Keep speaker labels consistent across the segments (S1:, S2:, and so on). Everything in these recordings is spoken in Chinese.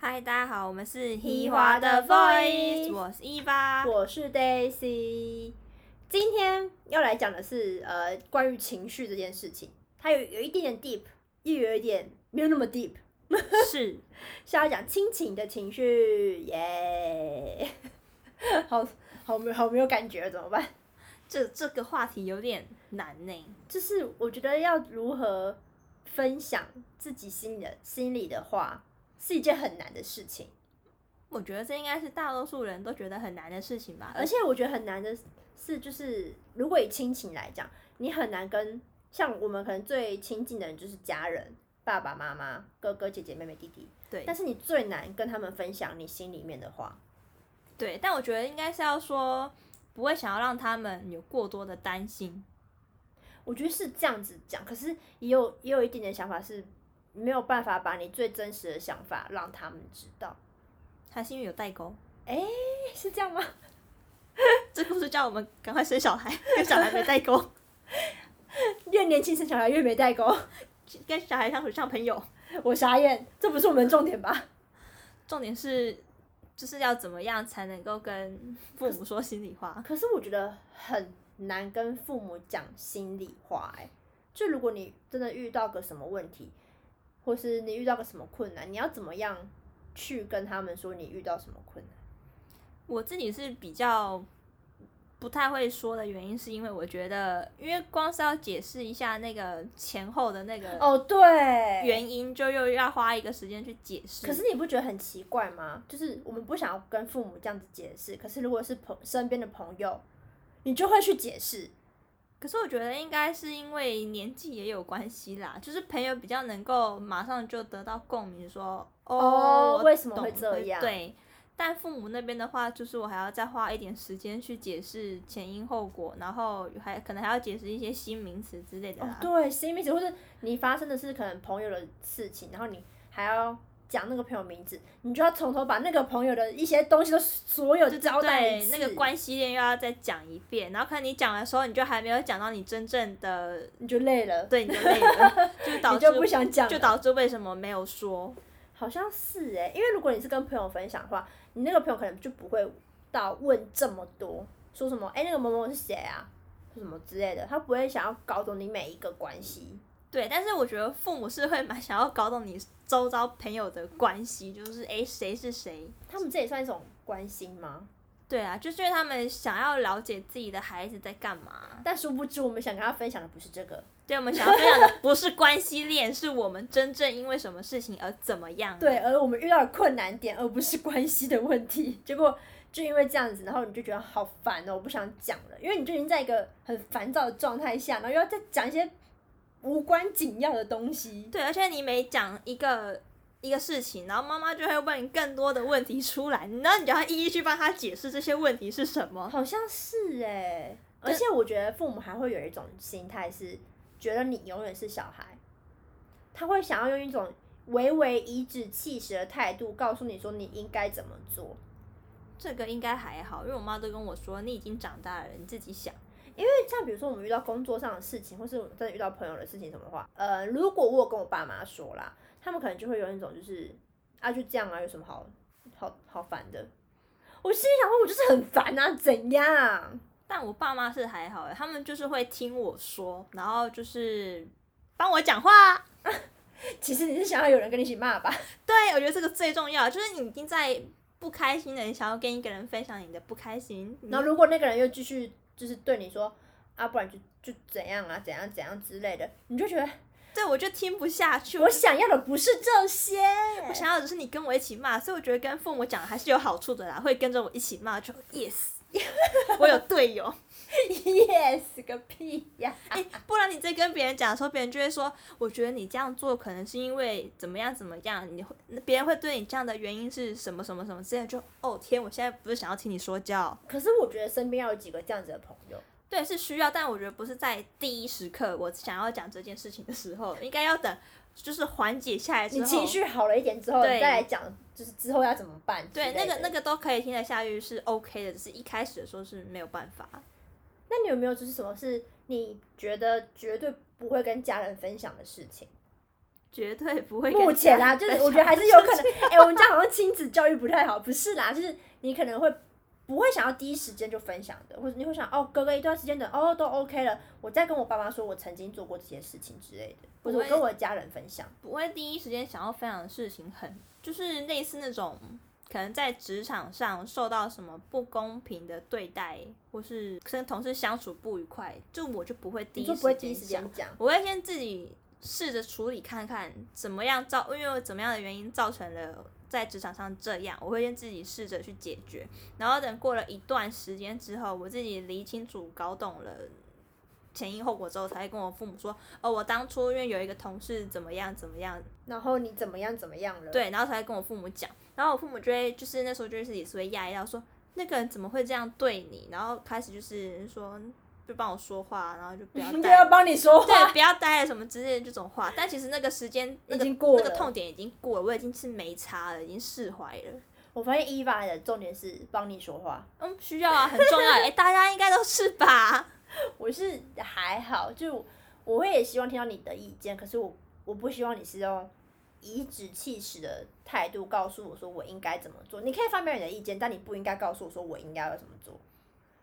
S1: 嗨，大家好，我们是
S2: 怡华的 Voice
S1: 我是伊娃。
S2: 我是 Daisy，今天要来讲的是呃关于情绪这件事情，它有有一点点 deep，又有一点没有那么 deep，
S1: 是，
S2: 是要讲亲情的情绪，耶、 好好没好没有感觉，怎么办？
S1: 这这个话题有点难呢。
S2: 就是我觉得要如何分享自己心里的心里的话，是一件很难的事情，
S1: 我觉得这应该是大多数人都觉得很难的事情吧。
S2: 而且我觉得很难的是，就是如果以亲情来讲，你很难跟像我们可能最亲近的人就是家人，爸爸妈妈、哥哥姐姐、妹妹弟弟，
S1: 对
S2: 但是你最难跟他们分享你心里面的话。
S1: 对，但我觉得应该是要说，不会想要让他们有过多的担心。
S2: 我觉得是这样子讲，可是也有也有一点点想法是没有办法把你最真实的想法让他们知道，
S1: 还是因为有代沟？
S2: 是这样吗？
S1: 这故事叫我们赶快生小孩，跟小孩没代沟，
S2: 越年轻生小孩越没代沟，
S1: 跟小孩相处像朋友。
S2: 我傻眼，这不是我们的重点吧？
S1: 重点是，就是要怎么样才能够跟父母说心里话？
S2: 可是我觉得很难跟父母讲心里话、欸，就如果你真的遇到个什么问题，或是你遇到个什么困难，你要怎么样去跟他们说你遇到什么困难？
S1: 我自己是比较不太会说的原因，是因为我觉得，因为光是要解释一下那个前后的那个
S2: 哦，对。
S1: 原因，就又要花一个时间去解释。
S2: 可是你不觉得很奇怪吗？就是我们不想要跟父母这样子解释，可是如果是朋身边的朋友，你就会去解释。
S1: 可是我觉得应该是因为年纪也有关系啦，就是朋友比较能够马上就得到共鸣说，
S2: 哦
S1: 我
S2: 为什么
S1: 懂
S2: 会这样
S1: 对。但父母那边的话，就是我还要再花一点时间去解释前因后果，然后还可能还要解释一些新名词之类的啊
S2: 哦
S1: 啦，。
S2: 对，心理或是你发生的是可能朋友的事情，然后你还要讲那个朋友名字，你就要从头把那个朋友的一些东西都所有
S1: 就
S2: 交代一
S1: 对
S2: 次
S1: 那个，关系链又要再讲一遍，然后可能你讲的时候，你就还没有讲到你真正的，
S2: 你就累了，
S1: 对你就累 了，就导
S2: 你
S1: 致
S2: 就不想讲
S1: 就
S2: 了。
S1: 导致为什么没有说？
S2: 好像是哎、因为如果你是跟朋友分享的话，你那个朋友可能就不会到问这么多，说什么哎、那个某某是谁啊，说什么之类的，他不会想要搞懂你每一个关系。
S1: 对，但是我觉得父母是会蛮想要搞懂你周遭朋友的关系，就是诶谁是谁？
S2: 他们这也算一种关心吗？
S1: 对啊，就是因为他们想要了解自己的孩子在干嘛。
S2: 但殊不知，我们想跟他分享的不是这个，
S1: 对，我们想要分享的不是关系链，是我们真正因为什么事情而怎么 样。
S2: 对，而我们遇到的困难点，而不是关系的问题。结果就因为这样子，然后你就觉得好烦哦，我不想讲了，因为你就已经在一个很烦躁的状态下，然后又要再讲一些无关紧要的东西。
S1: 对，而且你每讲一个一个事情，然后妈妈就会问更多的问题出来，然后你就要一一去帮她解释这些问题是什么。
S2: 哦好像是哎、而且我觉得父母还会有一种心态是觉得你永远是小孩，他会想要用一种唯唯以指气使的态度告诉你说你应该怎么做。
S1: 这个应该还好，因为我妈都跟我说，你已经长大了，你自己想。
S2: 因为像比如说我们遇到工作上的事情，或是我真的遇到朋友的事情什么的话，呃，如果我有跟我爸妈说啦，他们可能就会有一种就是啊就这样啊，有什么好好好烦的？我心里想说，我就是很烦啊，怎样？
S1: 但我爸妈是还好，欸他们就是会听我说，然后就是帮我讲话。
S2: 其实你是想要有人跟你一起骂吧？
S1: 对，我觉得这个最重要，就是你已经在不开心了，你想要跟一个人分享你的不开心，
S2: 然后如果那个人又继续就是对你说啊，不然就就怎样啊，怎样怎样之类的，你就觉得
S1: 对我就听不下去。
S2: 我想要的不是这些，
S1: 我想要的是你跟我一起骂，所以我觉得跟父母讲还是有好处的啦，会跟着我一起骂，就 yes，我有队友。
S2: yes 个屁呀、
S1: 哎、 不然你在跟别人讲的时候，别人就会说，我觉得你这样做可能是因为怎么样怎么样，你会别人会对你这样的原因是什么什么什么之类的，就哦天，我现在不是想要听你说教，
S2: 可是我觉得身边要有几个这样子的朋友，
S1: 对，是需要，但我觉得不是在第一时刻我想要讲这件事情的时候，应该要等就是缓解下来之
S2: 你
S1: 后，
S2: 情绪好了一点之后，
S1: 对
S2: 你再来讲，就是之后要怎么办之
S1: 对
S2: 类的。
S1: 那个那个都可以听得下去是 OK 的，只是一开始的时候是没有办法。
S2: 那你有没有就是什么是你觉得绝对不会跟家人分享的事情？
S1: 绝对不会跟家人
S2: 目
S1: 分享。
S2: 前啦，就是我觉得还是有可能。哎、我们这样好像亲子教育不太好，不是啦，就是你可能会不会想要第一时间就分享的，或者你会想哦，隔个一段时间等哦都 OK 了，我再跟我爸妈说我曾经做过这些事情之类的，或者
S1: 我
S2: 我
S1: 也
S2: 跟我的家人分享。
S1: 不会第一时间想要分享的事情很，就是类似那种可能在职场上受到什么不公平的对待，或是跟同事相处不愉快，就我就不会第
S2: 你
S1: 一
S2: 就
S1: 时
S2: 不会第一时
S1: 间
S2: 间
S1: 讲，
S2: 讲，
S1: 我会先自己试着处理看看，怎么样造，因为怎么样的原因造成了。在职场上这样，我会先自己试着去解决，然后等过了一段时间之后，我自己理清楚、搞懂了前因后果之后，才会跟我父母说，哦，我当初因为有一个同事怎么样怎么样，
S2: 然后你怎么样怎么样了？，
S1: 对，啊然后才会跟我父母讲，然后我父母就会就是那时候就是也是会压抑到说那个人怎么会这样对你，然后开始就是说就帮我说话，然后就不 要
S2: 就
S1: 待
S2: 要，帮你说话
S1: 对，。不要待了什么之类的这种话，但其实那个时间那
S2: 已
S1: 个
S2: 经过
S1: 那个
S2: 了
S1: 痛点已经过了，我已经是没差了，已经释怀了。
S2: 我发现 Eva 的重点是帮你说话，
S1: 嗯，需要啊，很重 要。哎，大家应该都是吧？
S2: 我是还好，就我会也希望听到你的意见，可是我我不希望你是用颐指气使的态度告诉我说我应该怎么做。你可以发表你的意见，但你不应该告诉我说我应该要怎么做，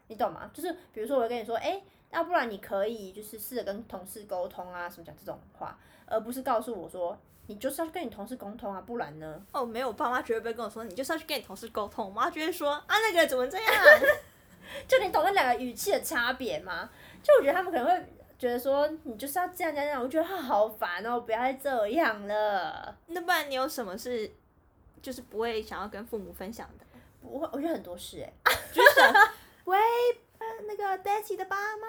S2: 你懂吗？就是比如说我会跟你说，哎、要不然你可以就是试着跟同事沟通啊，什么讲这种话，而不是告诉我说你就是要跟你同事沟通啊，不然呢？
S1: 哦，没有，我爸妈绝对不会跟我说，你就是要去跟你同事沟通。我妈就会说啊，那个人怎么这样？
S2: 就你懂那两个语气的差别吗？就我觉得他们可能会觉得说你就是要这样这样这样，我觉得他好烦哦，不要再这样了。
S1: 那不然你有什么是就是不会想要跟父母分享的？
S2: 我我觉得很多事哎、
S1: 就是 想喂，呃，那个 Daisy 的爸妈，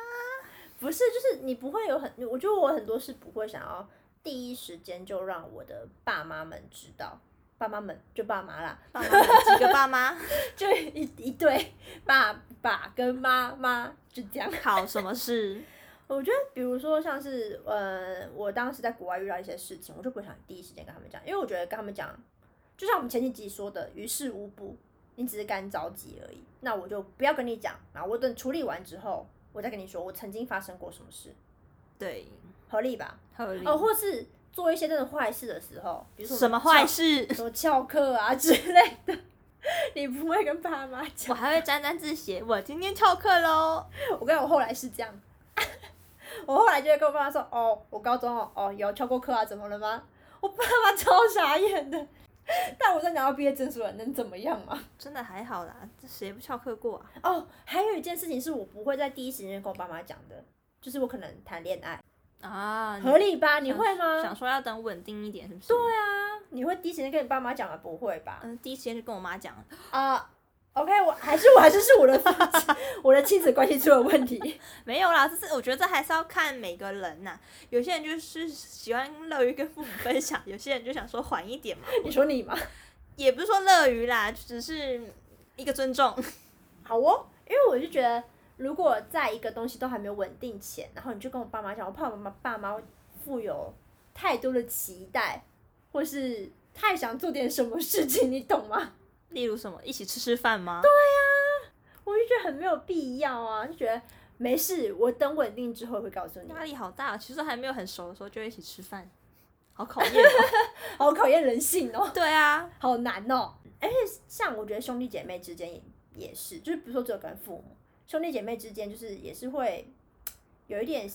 S2: 不是就是你不会有很，我觉得我很多事不会想要第一时间就让我的爸妈们知道，爸妈们就爸妈啦，
S1: 爸妈有几个爸妈，
S2: 就一一对爸爸跟妈妈就这样。
S1: 考什么事？
S2: 我觉得，比如说像是，呃，我当时在国外遇到一些事情，我就不会想第一时间跟他们讲，因为我觉得跟他们讲，就像我们前几集说的，于事无补，你只是干着急而已。那我就不要跟你讲，然后我等处理完之后，我再跟你说我曾经发生过什么事，
S1: 对，
S2: 合理吧？
S1: 合理。
S2: 哦，或是做一些真的坏事的时候，比如说
S1: 什么坏，事？
S2: 什么翘课啊之类的， 你不会跟爸妈讲。
S1: 我还会沾沾自喜，我今天翘课喽。
S2: 我跟我后来是这样，我后来就会跟我爸妈说，哦，我高中哦，哦有翘过课啊，怎么了吗？我爸妈超傻眼的。但我在拿到毕业证书了，能怎么样嘛？
S1: 真的还好啦，这谁不翘课过啊？
S2: 哦，还有一件事情是我不会在第一时间跟我爸妈讲的，就是我可能谈恋爱，
S1: 啊，你
S2: 合理吧？你
S1: 想
S2: 会吗？
S1: 想说要等稳定一点，是不是？啊对啊，
S2: 你会第一时间跟你爸妈讲吗？不会吧？
S1: 嗯，第一时间就跟我妈讲，
S2: 啊、o k 我还是我还是是我的我的亲 子关系出了问题。
S1: 没有啦，这是我觉得这还是要看每个人呐、有些人就是喜欢乐于跟父母分享， 有些人就想说缓一点嘛，
S2: 你说你吗？
S1: 也不是说乐于啦，只是一个尊重。
S2: 好哦，因为我就觉得，如果在一个东西都还没有稳定前，然后你就跟我爸妈讲，我怕我妈爸妈会富有太多的期待，或是太想做点什么事情，你懂吗？
S1: 例如什么，一起吃吃饭吗？
S2: 我就觉得很没有必要啊，就觉得没事，我等稳定之后会告诉你。
S1: 压力好大、其实还没有很熟的时候就一起吃饭，好考验、哦。
S2: 好考验人性哦，
S1: 对啊，
S2: 好难哦。而且像我觉得兄弟姐妹之间也也是，就是比如说只有跟父母，兄弟姐妹之间就是也是会有一点，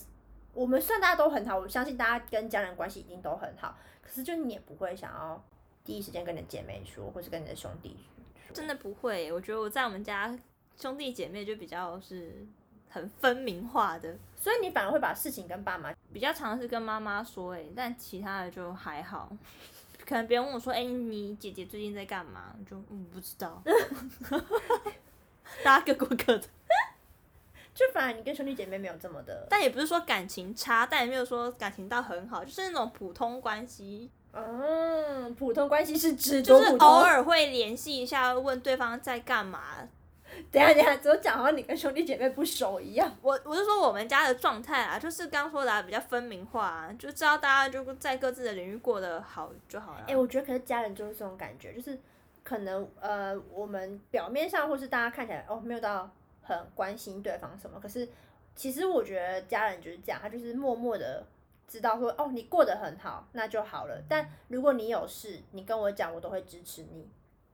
S2: 我们虽然大家都很好，我相信大家跟家人关系一定都很好，可是就你也不会想要第一时间跟你的姐妹说，或是跟你的兄弟说。
S1: 真的不会。我觉得我在我们家兄弟姐妹就比较是很分明化的，
S2: 所以你反而会把事情跟爸妈，
S1: 比较常是跟妈妈说、欸，但其他的就还好。 可能别人问我说：“哎、你姐姐最近在干嘛？”我就嗯不知道， 大家各过各的。
S2: 就反而你跟兄弟姐妹没有这么的，
S1: 但也不是说感情差，但也没有说感情到很好，就是那种普通关系，
S2: 嗯，普通关系是指
S1: 就
S2: 多
S1: 是
S2: 普通。
S1: 偶尔会联系一下，问对方在干嘛。
S2: 等一下等一下，怎么讲好像你跟兄弟姐妹不 熟一样？
S1: 我我是说我们家的状态啊，就是刚说的、啊、比较分明化、啊，就知道大家就在各自的领域过得好就好了。啊
S2: 哎、我觉得可是家人就是这种感觉，就是可能呃，我们表面上或是大家看起来哦，没有到很关心对方什么，可是其实我觉得家人就是这样，他就是默默的知道说哦，你过得很好，那就好了。但如果你有事，你跟我讲，我都会支持你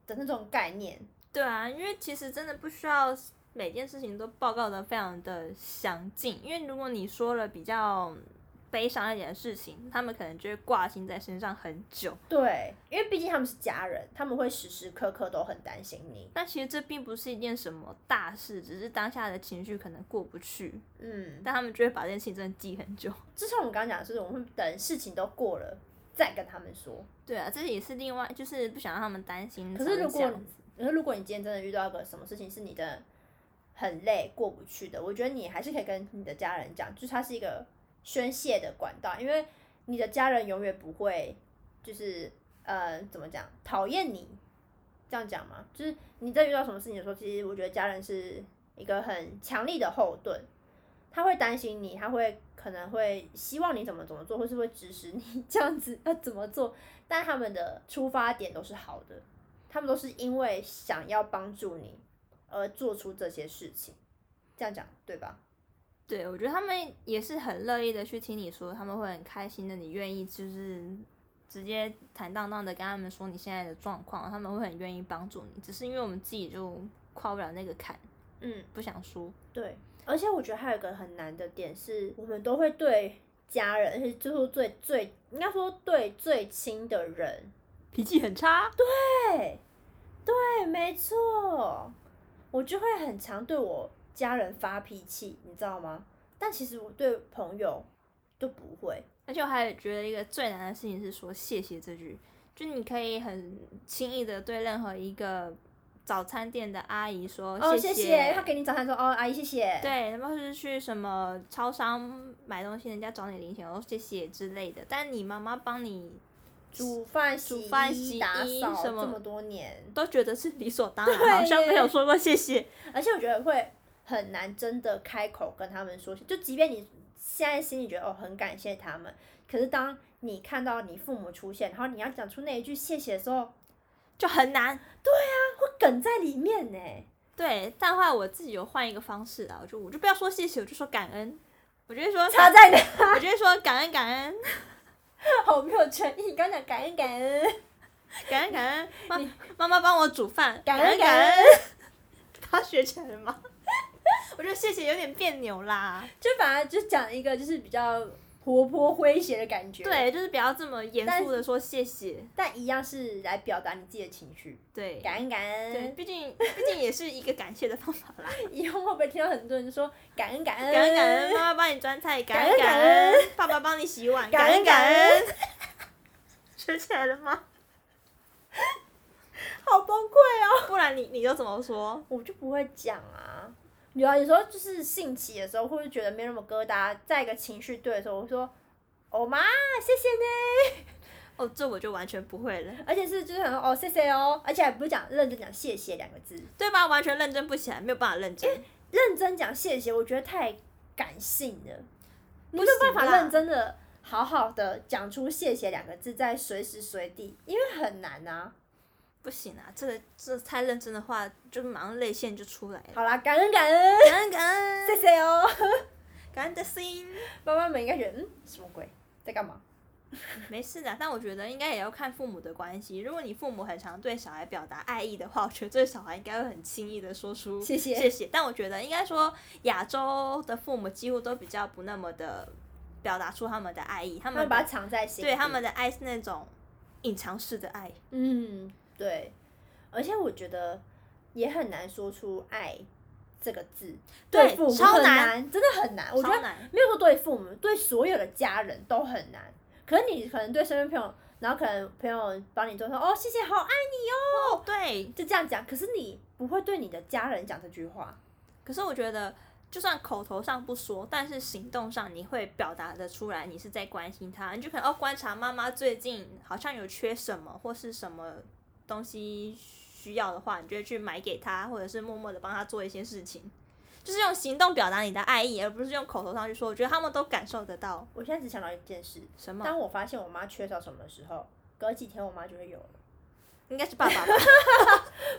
S2: 的那种概念。
S1: 对啊，因为其实真的不需要每件事情都报告的非常的详尽，因为如果你说了比较悲伤一点的事情，他们可能就会挂心在身上很久。
S2: 对，因为毕竟他们是家人，他们会时时刻刻都很担心你。
S1: 但其实这并不是一件什么大事，只是当下的情绪可能过不去，
S2: 嗯，
S1: 但他们就会把这件事情真的记很久。
S2: 就像我们刚刚讲的是，我们会等事情都过了再跟他们说。
S1: 对啊，这也是另外，就是不想让他们担心。啊
S2: 可是
S1: 才
S2: 如
S1: 会这
S2: 果
S1: 样子
S2: 可是如果你今天真的遇到一个什么事情是你的很累过不去的，我觉得你还是可以跟你的家人讲，就是它是一个宣泄的管道，因为你的家人永远不会就是呃怎么讲讨厌你，这样讲嘛，就是你在遇到什么事情的时候，其实我觉得家人是一个很强力的后盾。他会担心你，他会可能会希望你怎么怎么做，或是会指使你这样子要呃怎么做，但他们的出发点都是好的，他们都是因为想要帮助你而做出这些事情，这样讲对吧？
S1: 对，我觉得他们也是很乐意的去听你说，他们会很开心的，你愿意就是直接坦荡荡的跟他们说你现在的状况，他们会很愿意帮助你。只是因为我们自己就跨不了那个坎，
S2: 嗯，
S1: 不想说。
S2: 对。而且我觉得还有一个很难的点是，我们都会对家人，而且就是最最应该说对最亲的人，
S1: 脾气很差，
S2: 对，对，没错，我就会很常对我家人发脾气，你知道吗？但其实我对朋友都不会，
S1: 而且我还觉得一个最难的事情是说谢谢这句，就你可以很轻易的对任何一个早餐店的阿姨说
S2: 哦，
S1: 谢
S2: 谢
S1: 谢
S2: 他给你早餐说，哦，阿姨谢谢，
S1: 对，然后是去什么超商买东西，人家找你零钱，我说谢谢之类的。但你妈妈帮你
S2: 煮饭、
S1: 煮
S2: 洗
S1: 饭
S2: 衣、
S1: 洗
S2: 打
S1: 衣
S2: 扫
S1: 什
S2: 这
S1: 么
S2: 么多年，
S1: 都觉得是理所当 然，好像没有说过谢谢。
S2: 而且我觉得会很难真的开口跟他们说，就即便你现在心里觉得哦很感谢他们，可是当你看到你父母出现，然后你要讲出那一句谢谢的时候，
S1: 就很难。
S2: 会梗在里面呢。
S1: 对，但后来我自己有换一个方式啦，我就我就不要说谢谢，我就说感恩。我就会说，
S2: 差在哪？
S1: 我就会说感恩感恩
S2: 好没有诚意，刚讲感恩感恩
S1: 感恩感 恩，妈妈妈帮我煮饭，
S2: 感
S1: 恩
S2: 恩
S1: 感
S2: 感恩。，
S1: 他学起来了吗？ 我觉得谢谢有点别扭啦，
S2: 就反而就讲一个就是比较活泼诙谐的感觉，，
S1: 对，就是不要这么严
S2: 但
S1: 肃的说谢谢，
S2: 但一样是来表达你自己的情绪，
S1: 对，
S2: 感恩感
S1: 对，
S2: 恩。
S1: 毕竟毕竟也是一个感谢的方法啦。
S2: 以后会不会听到很多人就说感恩感恩
S1: 感恩感恩，妈妈帮你端菜，感恩
S2: 恩
S1: 感
S2: 感
S1: 恩，爸爸帮你洗碗，
S2: 感
S1: 恩
S2: 恩
S1: 感
S2: 感
S1: 恩。学起来了吗？
S2: 好崩溃哦！
S1: 不然你你都怎么说？
S2: 我就不会讲啊。有啊，有时候就是兴起的时候，或者觉得没那么疙瘩，在一个情绪对的时候，我会说“哦妈，谢谢呢
S1: 哦，这我就完全不会了”，，
S2: 而且是就是很说“哦谢谢哦”，而且还不是讲认真讲“谢谢”两个字，
S1: 对吧？完全认真不起来，没有办法认真。
S2: 认真讲谢谢，我觉得太感性了，你
S1: 不
S2: 没有办
S1: 行
S2: 法
S1: 啦
S2: 认真的好好的讲出谢谢两个字，在随时随地，因为很难啊。
S1: 不行啊，这个这太认真的话，就马上泪腺就出来了。
S2: 好啦，感恩感恩，
S1: 感恩感恩，
S2: 谢谢哦。
S1: 感恩的心。
S2: 妈妈们应该觉得嗯，什么鬼，在干嘛？
S1: 没事的，但我觉得应该也要看父母的关系。如果你父母很常对小孩表达爱意的话，我觉得这个小孩应该会很轻易的说出
S2: 谢谢
S1: 谢谢。但我觉得应该说亚洲的父母几乎都比较不那么的表达出他们的爱意，他
S2: 他
S1: 们
S2: 们把它藏在心里，
S1: 对他们的爱是那种隐藏式的爱。
S2: 嗯，对，而且我觉得也很难说出“爱”这个字，
S1: 对
S2: 父母
S1: 超
S2: 很
S1: 难
S2: 难，真的很难。我觉
S1: 超
S2: 得
S1: 难，
S2: 没有说对父母，对所有的家人都很难。可是你可能对身边朋友，然后可能朋友帮你做说“哦，谢谢，好爱你哦
S1: 对”，。
S2: 就这样讲。可是你不会对你的家人讲这句话，
S1: 可是我觉得，就算口头上不说，但是行动上你会表达的出来，你是在关心他。你就可能哦，观察妈妈最近好像有缺什么，或是什么东西需要的话，你就会去买给他，或者是默默的帮他做一些事情。就是用行动表达你的爱意，而不是用口头上去说。我觉得他们都感受得到
S2: 我现在只想到一件事：
S1: 什么？
S2: 当我发现我妈缺少什么的时候，隔几天我妈就会有了。
S1: 应该是爸爸吧？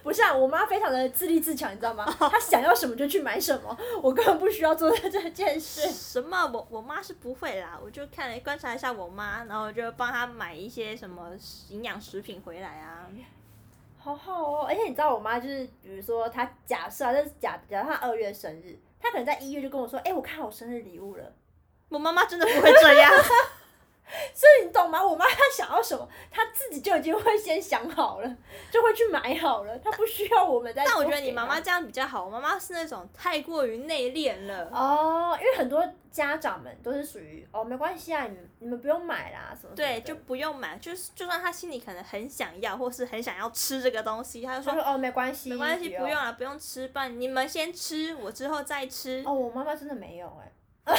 S2: 不是啊，我妈非常的自立自强，你知道吗？她想要什么就去买什么，我根本不需要做这件事。
S1: 什么？我我妈是不会啦，我就看了观察一下我妈，然后就帮她买一些什么营养食品回来啊。
S2: 好好哦，而且你知道我妈就是，比如说她假设啊，这是假，假设她二月生日，她可能在一月就跟我说，哎、我看好生日礼物了。
S1: 我妈妈真的不会这样，
S2: 所以你懂吗？我妈她想要什么，她自己就已经会先想好了，就会去买好了，她不需要我们再 多给
S1: 但
S2: 她。
S1: 我觉得你妈妈这样比较好。我妈妈是那种太过于内敛了。
S2: 哦，因为很多家长们都是属于哦，没关系啊，你们你们不用买啦，什么什么
S1: 对，
S2: 的
S1: 就不用买，就是就算她心里可能很想要，或是很想要吃这个东西，她就
S2: 她
S1: 说哦
S2: 说哦，没关系，
S1: 没关系，不用。了，不用吃，不然你们先吃，我之后再吃。
S2: 哦，我妈妈真的没有哎、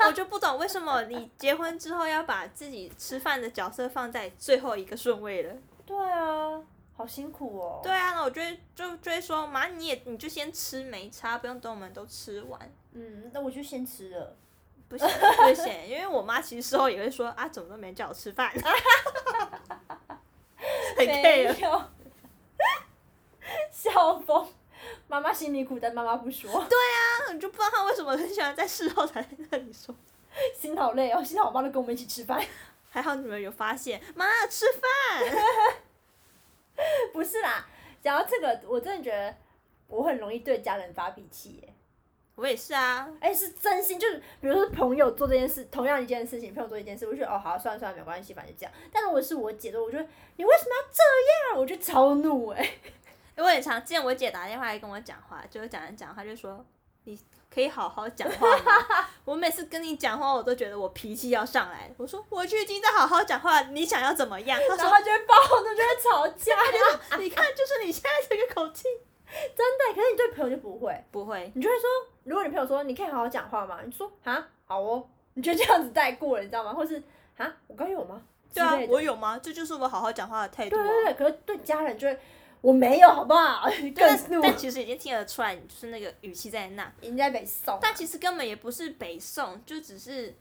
S1: 我我就不懂为什么你结婚之后要把自己吃饭的角色放在最后一个顺位了。
S2: 对啊，好辛苦哦。
S1: 对，啊，那我就会就就会说，妈，你也你就先吃，没差，不用等我们都吃完。
S2: 嗯，那我就先吃了。
S1: 不行不行，因为我妈其实事后也会说啊，怎么都没叫我吃饭， 很 care。
S2: 没有，笑疯。妈妈心里苦，但妈妈不说，
S1: 那啊你就不知道她为什么很喜欢在事后才在那里说。
S2: 心好累哦。幸好我妈都跟我们一起吃饭，
S1: 还好你们有发现，妈吃饭
S2: 不是啦。讲到这个，我真的觉得我很容易对家人发脾气耶。
S1: 我也是啊，
S2: 哎、是真心，就是比如说朋友做这件事，同样一件事情，朋友做一件事，我就觉得哦，好，算了算了，没关系，反正就这样。但如果是我姐做，我觉得你为什么要这样？我就超怒哎、
S1: 因为我也常见我姐打电话来跟我讲话，就是讲着讲话就说你可以好好讲话吗？ 我每次跟你讲话，我都觉得我脾气要上来了。我说我就已经在好好讲话，你想要怎么样？她
S2: 然
S1: 说
S2: 后她就会暴怒，就会吵架。
S1: 你看，就是你现在这个口气。
S2: 真的，可是你对朋友就不会，
S1: 不会，
S2: 你就会说，如果你朋友说你可以好好讲话吗？你说啊，好哦，你就这样子带过了，你知道吗？或是啊，我刚有吗？
S1: 对啊
S2: 之类，的
S1: 我有吗？这就是我好好讲话的态度、
S2: 对
S1: 啊。
S2: 对对，可是对家人就会我没有，好不好？更
S1: 但
S2: 怒
S1: 但，其实已经听得出来，就是那个语气在那。
S2: 人家被送。
S1: 但其实根本也不是北宋，就只是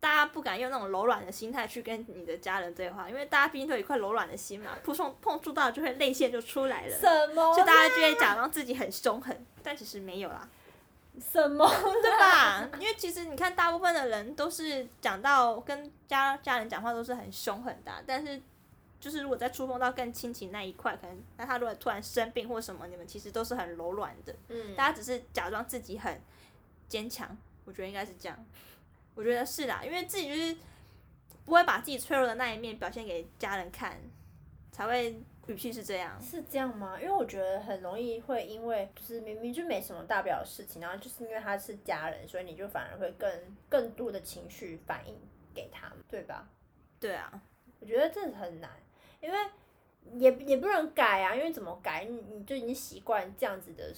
S1: 大家不敢用那种柔软的心态去跟你的家人对话，因为大家毕竟都有一块柔软的心嘛，碰碰碰触到就会泪腺就出来了，
S2: 什么？
S1: 所以大家就会假装自己很凶狠，但其实没有啦。
S2: 什么？
S1: 对吧？因为其实你看，大部分的人都是讲到跟家家人讲话都是很凶狠的啊、但是就是如果再触碰到更亲情那一块，可能那他如果突然生病或什么，你们其实都是很柔软的，
S2: 嗯，
S1: 大家只是假装自己很坚强，我觉得应该是这样，我觉得是啦，因为自己就是不会把自己脆弱的那一面表现给家人看，才会语气是这样。
S2: 是这样吗？因为我觉得很容易会因为就是明明就没什么大不了的事情，然后就是因为他是家人，所以你就反而会更更多的情绪反应给他们，对吧？
S1: 对啊，
S2: 我觉得这很难，因为也也不能改啊，因为怎么改，你你就已经习惯这样子的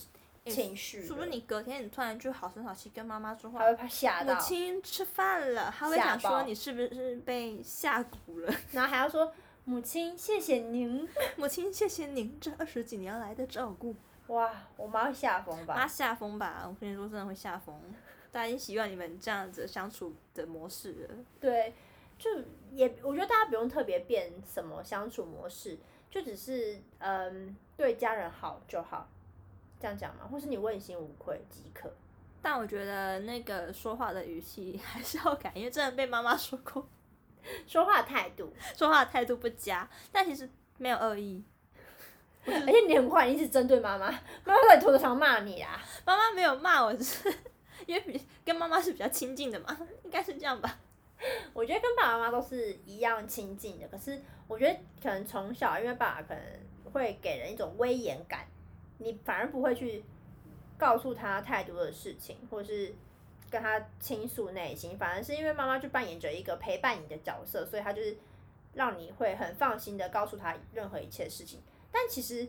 S2: 情绪了，
S1: 除非你隔天你突然就好声好气跟妈妈说话
S2: 他，会怕吓
S1: 母
S2: 到，
S1: 亲吃饭了，他会
S2: 吓
S1: 想说
S2: 爆
S1: 你是不是被吓唬了？
S2: 然后还要说母亲谢谢您，
S1: 母亲，谢谢您这二十几年来的照顾。
S2: 哇，我妈会吓疯吧？
S1: 妈吓疯吧，我跟你说真的会吓疯。大家已经习惯你们这样子相处的模式了。
S2: 对，就也我觉得大家不用特别变什么相处模式，就只是嗯对家人好就好，这样讲嘛，或是你问心无愧即可。
S1: 但我觉得那个说话的语气还是要改，因为真的被妈妈说过，
S2: 说话态度，
S1: 说话的态度不佳，但其实没有恶意。
S2: 而且你很坏，你一直针对妈妈，妈妈在头上骂你啊。
S1: 妈妈没有骂我，只是因为比跟妈妈是比较亲近的嘛，应该是这样吧。
S2: 我觉得跟爸爸妈妈都是一样亲近的，可是我觉得可能从小，因为爸爸可能会给人一种威严感，你反而不会去告诉他太多的事情，或是跟他倾诉内心，反而是因为妈妈就扮演着一个陪伴你的角色，所以他就是让你会很放心的告诉他任何一切事情。但其实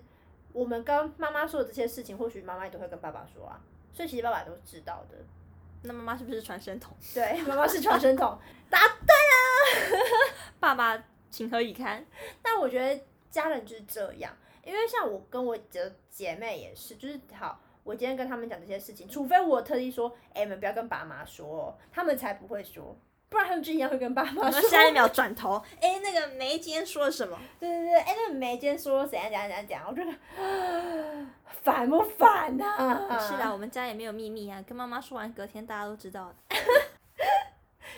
S2: 我们跟妈妈说的这些事情，或许妈妈也都会跟爸爸说啊，所以其实爸爸都知道的。
S1: 那妈妈是不是传声筒？
S2: 对，妈妈是传声筒，
S1: 爸爸情何以堪？
S2: 但我觉得家人就是这样，因为像我跟我姐姐妹也是，就是好，我今天跟他们讲这些事情，除非我特地说，哎、你们不要跟爸妈说、哦，他们才不会说。不然他们就一样会跟爸
S1: 我
S2: 妈
S1: 们
S2: 说。
S1: 下一秒转头，哎、那个梅今天说了什么？
S2: 对对对，哎、那梅今天说怎样怎样怎样讲，我就啊烦不烦嗯呐、
S1: 是啊，，我们家也没有秘密啊，跟妈妈说完，隔天大家都知道了。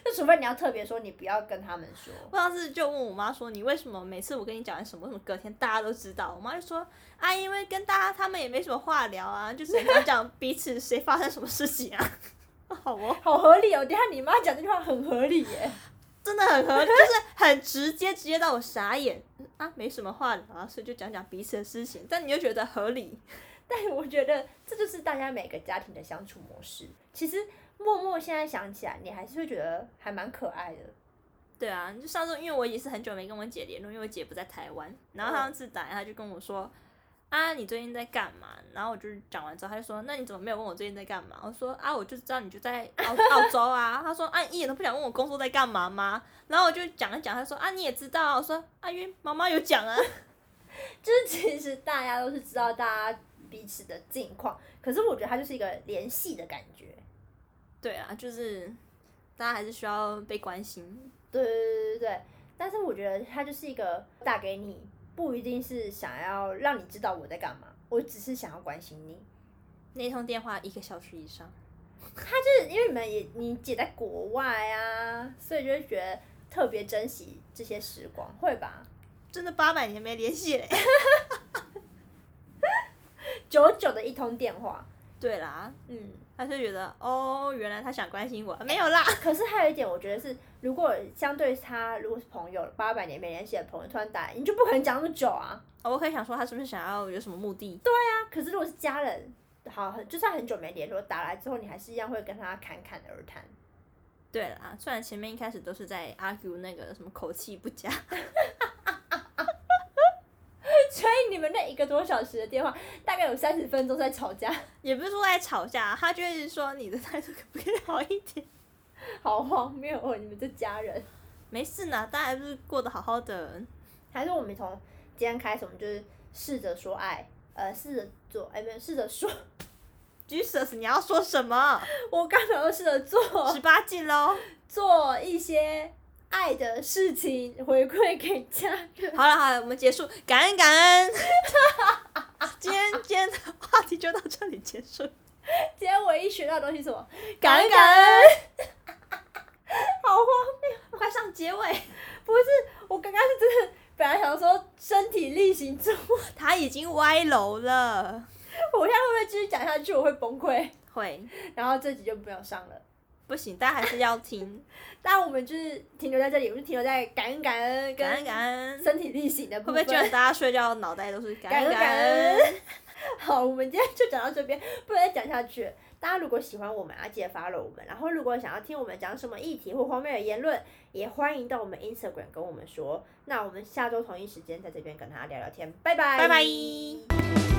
S2: 就除非你要特别说，你不要跟他们说。
S1: 我上次就问我妈说，你为什么每次我跟你讲完什么什么，隔天大家都知道？我妈就说，啊，因为跟大家他们也没什么话聊啊，就是讲讲彼此谁发生什么事情啊。 好哦，
S2: 好合理哦！等一下你妈讲这句话很合理耶。
S1: 真的很合理，就是很直接，直接到我傻眼啊，没什么话聊啊，所以就讲讲彼此的事情，但你又觉得合理，
S2: 但我觉得这就是大家每个家庭的相处模式。其实默默现在想起来，你还是会觉得还蛮可爱的。
S1: 对啊，就上次因为我也是很久没跟我姐联络，因为我姐不在台湾，然后她上次打来，她就跟我说。啊，你最近在干嘛？然后我就讲完之后，她就说：“那你怎么没有问我最近在干嘛？”我说：“啊，我就知道你就在澳澳洲啊。”她说：“啊，你一点都不想问我工作在干嘛吗？”然后我就讲一讲，她说：“啊，你也知道啊。”我说：“啊，因为妈妈有讲啊。
S2: 就是其实大家都是知道大家彼此的近况，可是我觉得它就是一个联系的感觉。”
S1: 对啊，就是大家还是需要被关心。
S2: 对对对对对，但是我觉得它就是一个打给你，不一定是想要让你知道我在干嘛，我只是想要关心你。
S1: 那通电话一个小时以上，
S2: 就是因为你们也你姐在国外啊，所以就会觉得特别珍惜这些时光，会吧？
S1: 真的八百年没联系嘞。
S2: 久久的一通电话，
S1: 对啦，
S2: 嗯。
S1: 他就觉得哦，原来他想关心我，没有啦。
S2: 可是还有一点，我觉得是，如果相对他，如果是朋友，八百年没联系的朋友突然打来，你就不可能讲那么久啊。
S1: 哦我可以想说他是不是想要有什么目的？
S2: 啊，可是如果是家人，好，很就算很久没联络，打来之后，你还是一样会跟他侃侃而谈。
S1: 对啦，虽然前面一开始都是在 argue 那个什么口气不佳，
S2: 所以你们那一个多小时的电话，大概有三十分钟在吵架，
S1: 也不是说在吵架，他就一直说你的态度可不可以好一点？
S2: 好荒谬哦！你们这家人，
S1: 没事呢，大家还不是过得好好的。
S2: 还是我们从今天开始，我们就是试着说爱，呃，试着做，哎，没有，试着说，
S1: Jesus，你要说什么？
S2: 我刚才说试着做
S1: 十，八禁喽！
S2: 做一些爱的事情，回馈给家人。
S1: 好了好了，我们结束，感恩感恩。今天今天的话题就到这里结束，
S2: 今天唯一学到的东西是什么？
S1: 感恩感恩，
S2: 好荒
S1: 快上结尾。
S2: 不是，我刚刚是真的，本来想说身体力行做，
S1: 他已经歪楼了，
S2: 我现在会不会继续讲下去，我会崩溃。
S1: 会
S2: 然后这集就没有上了。
S1: 不行，大家还是要听，
S2: 但我们就是停留在这里，我们就停留在感恩感恩
S1: 感恩
S2: 跟
S1: 感恩。
S2: 身体力行的
S1: 会
S2: 部
S1: 不
S2: 分。
S1: 会觉得大家睡觉脑袋都是感恩
S2: 感恩
S1: 感
S2: 感
S1: 恩？
S2: 恩 好，我们今天就讲到这边，不能再讲下去了。大家如果喜欢我们，啊，记得 follow 我们。然后，如果想要听我们讲什么议题或荒谬的言论，也欢迎到我们 Instagram 跟我们说。那我们下周同一时间在这边跟大家聊聊天，拜拜，
S1: 拜拜。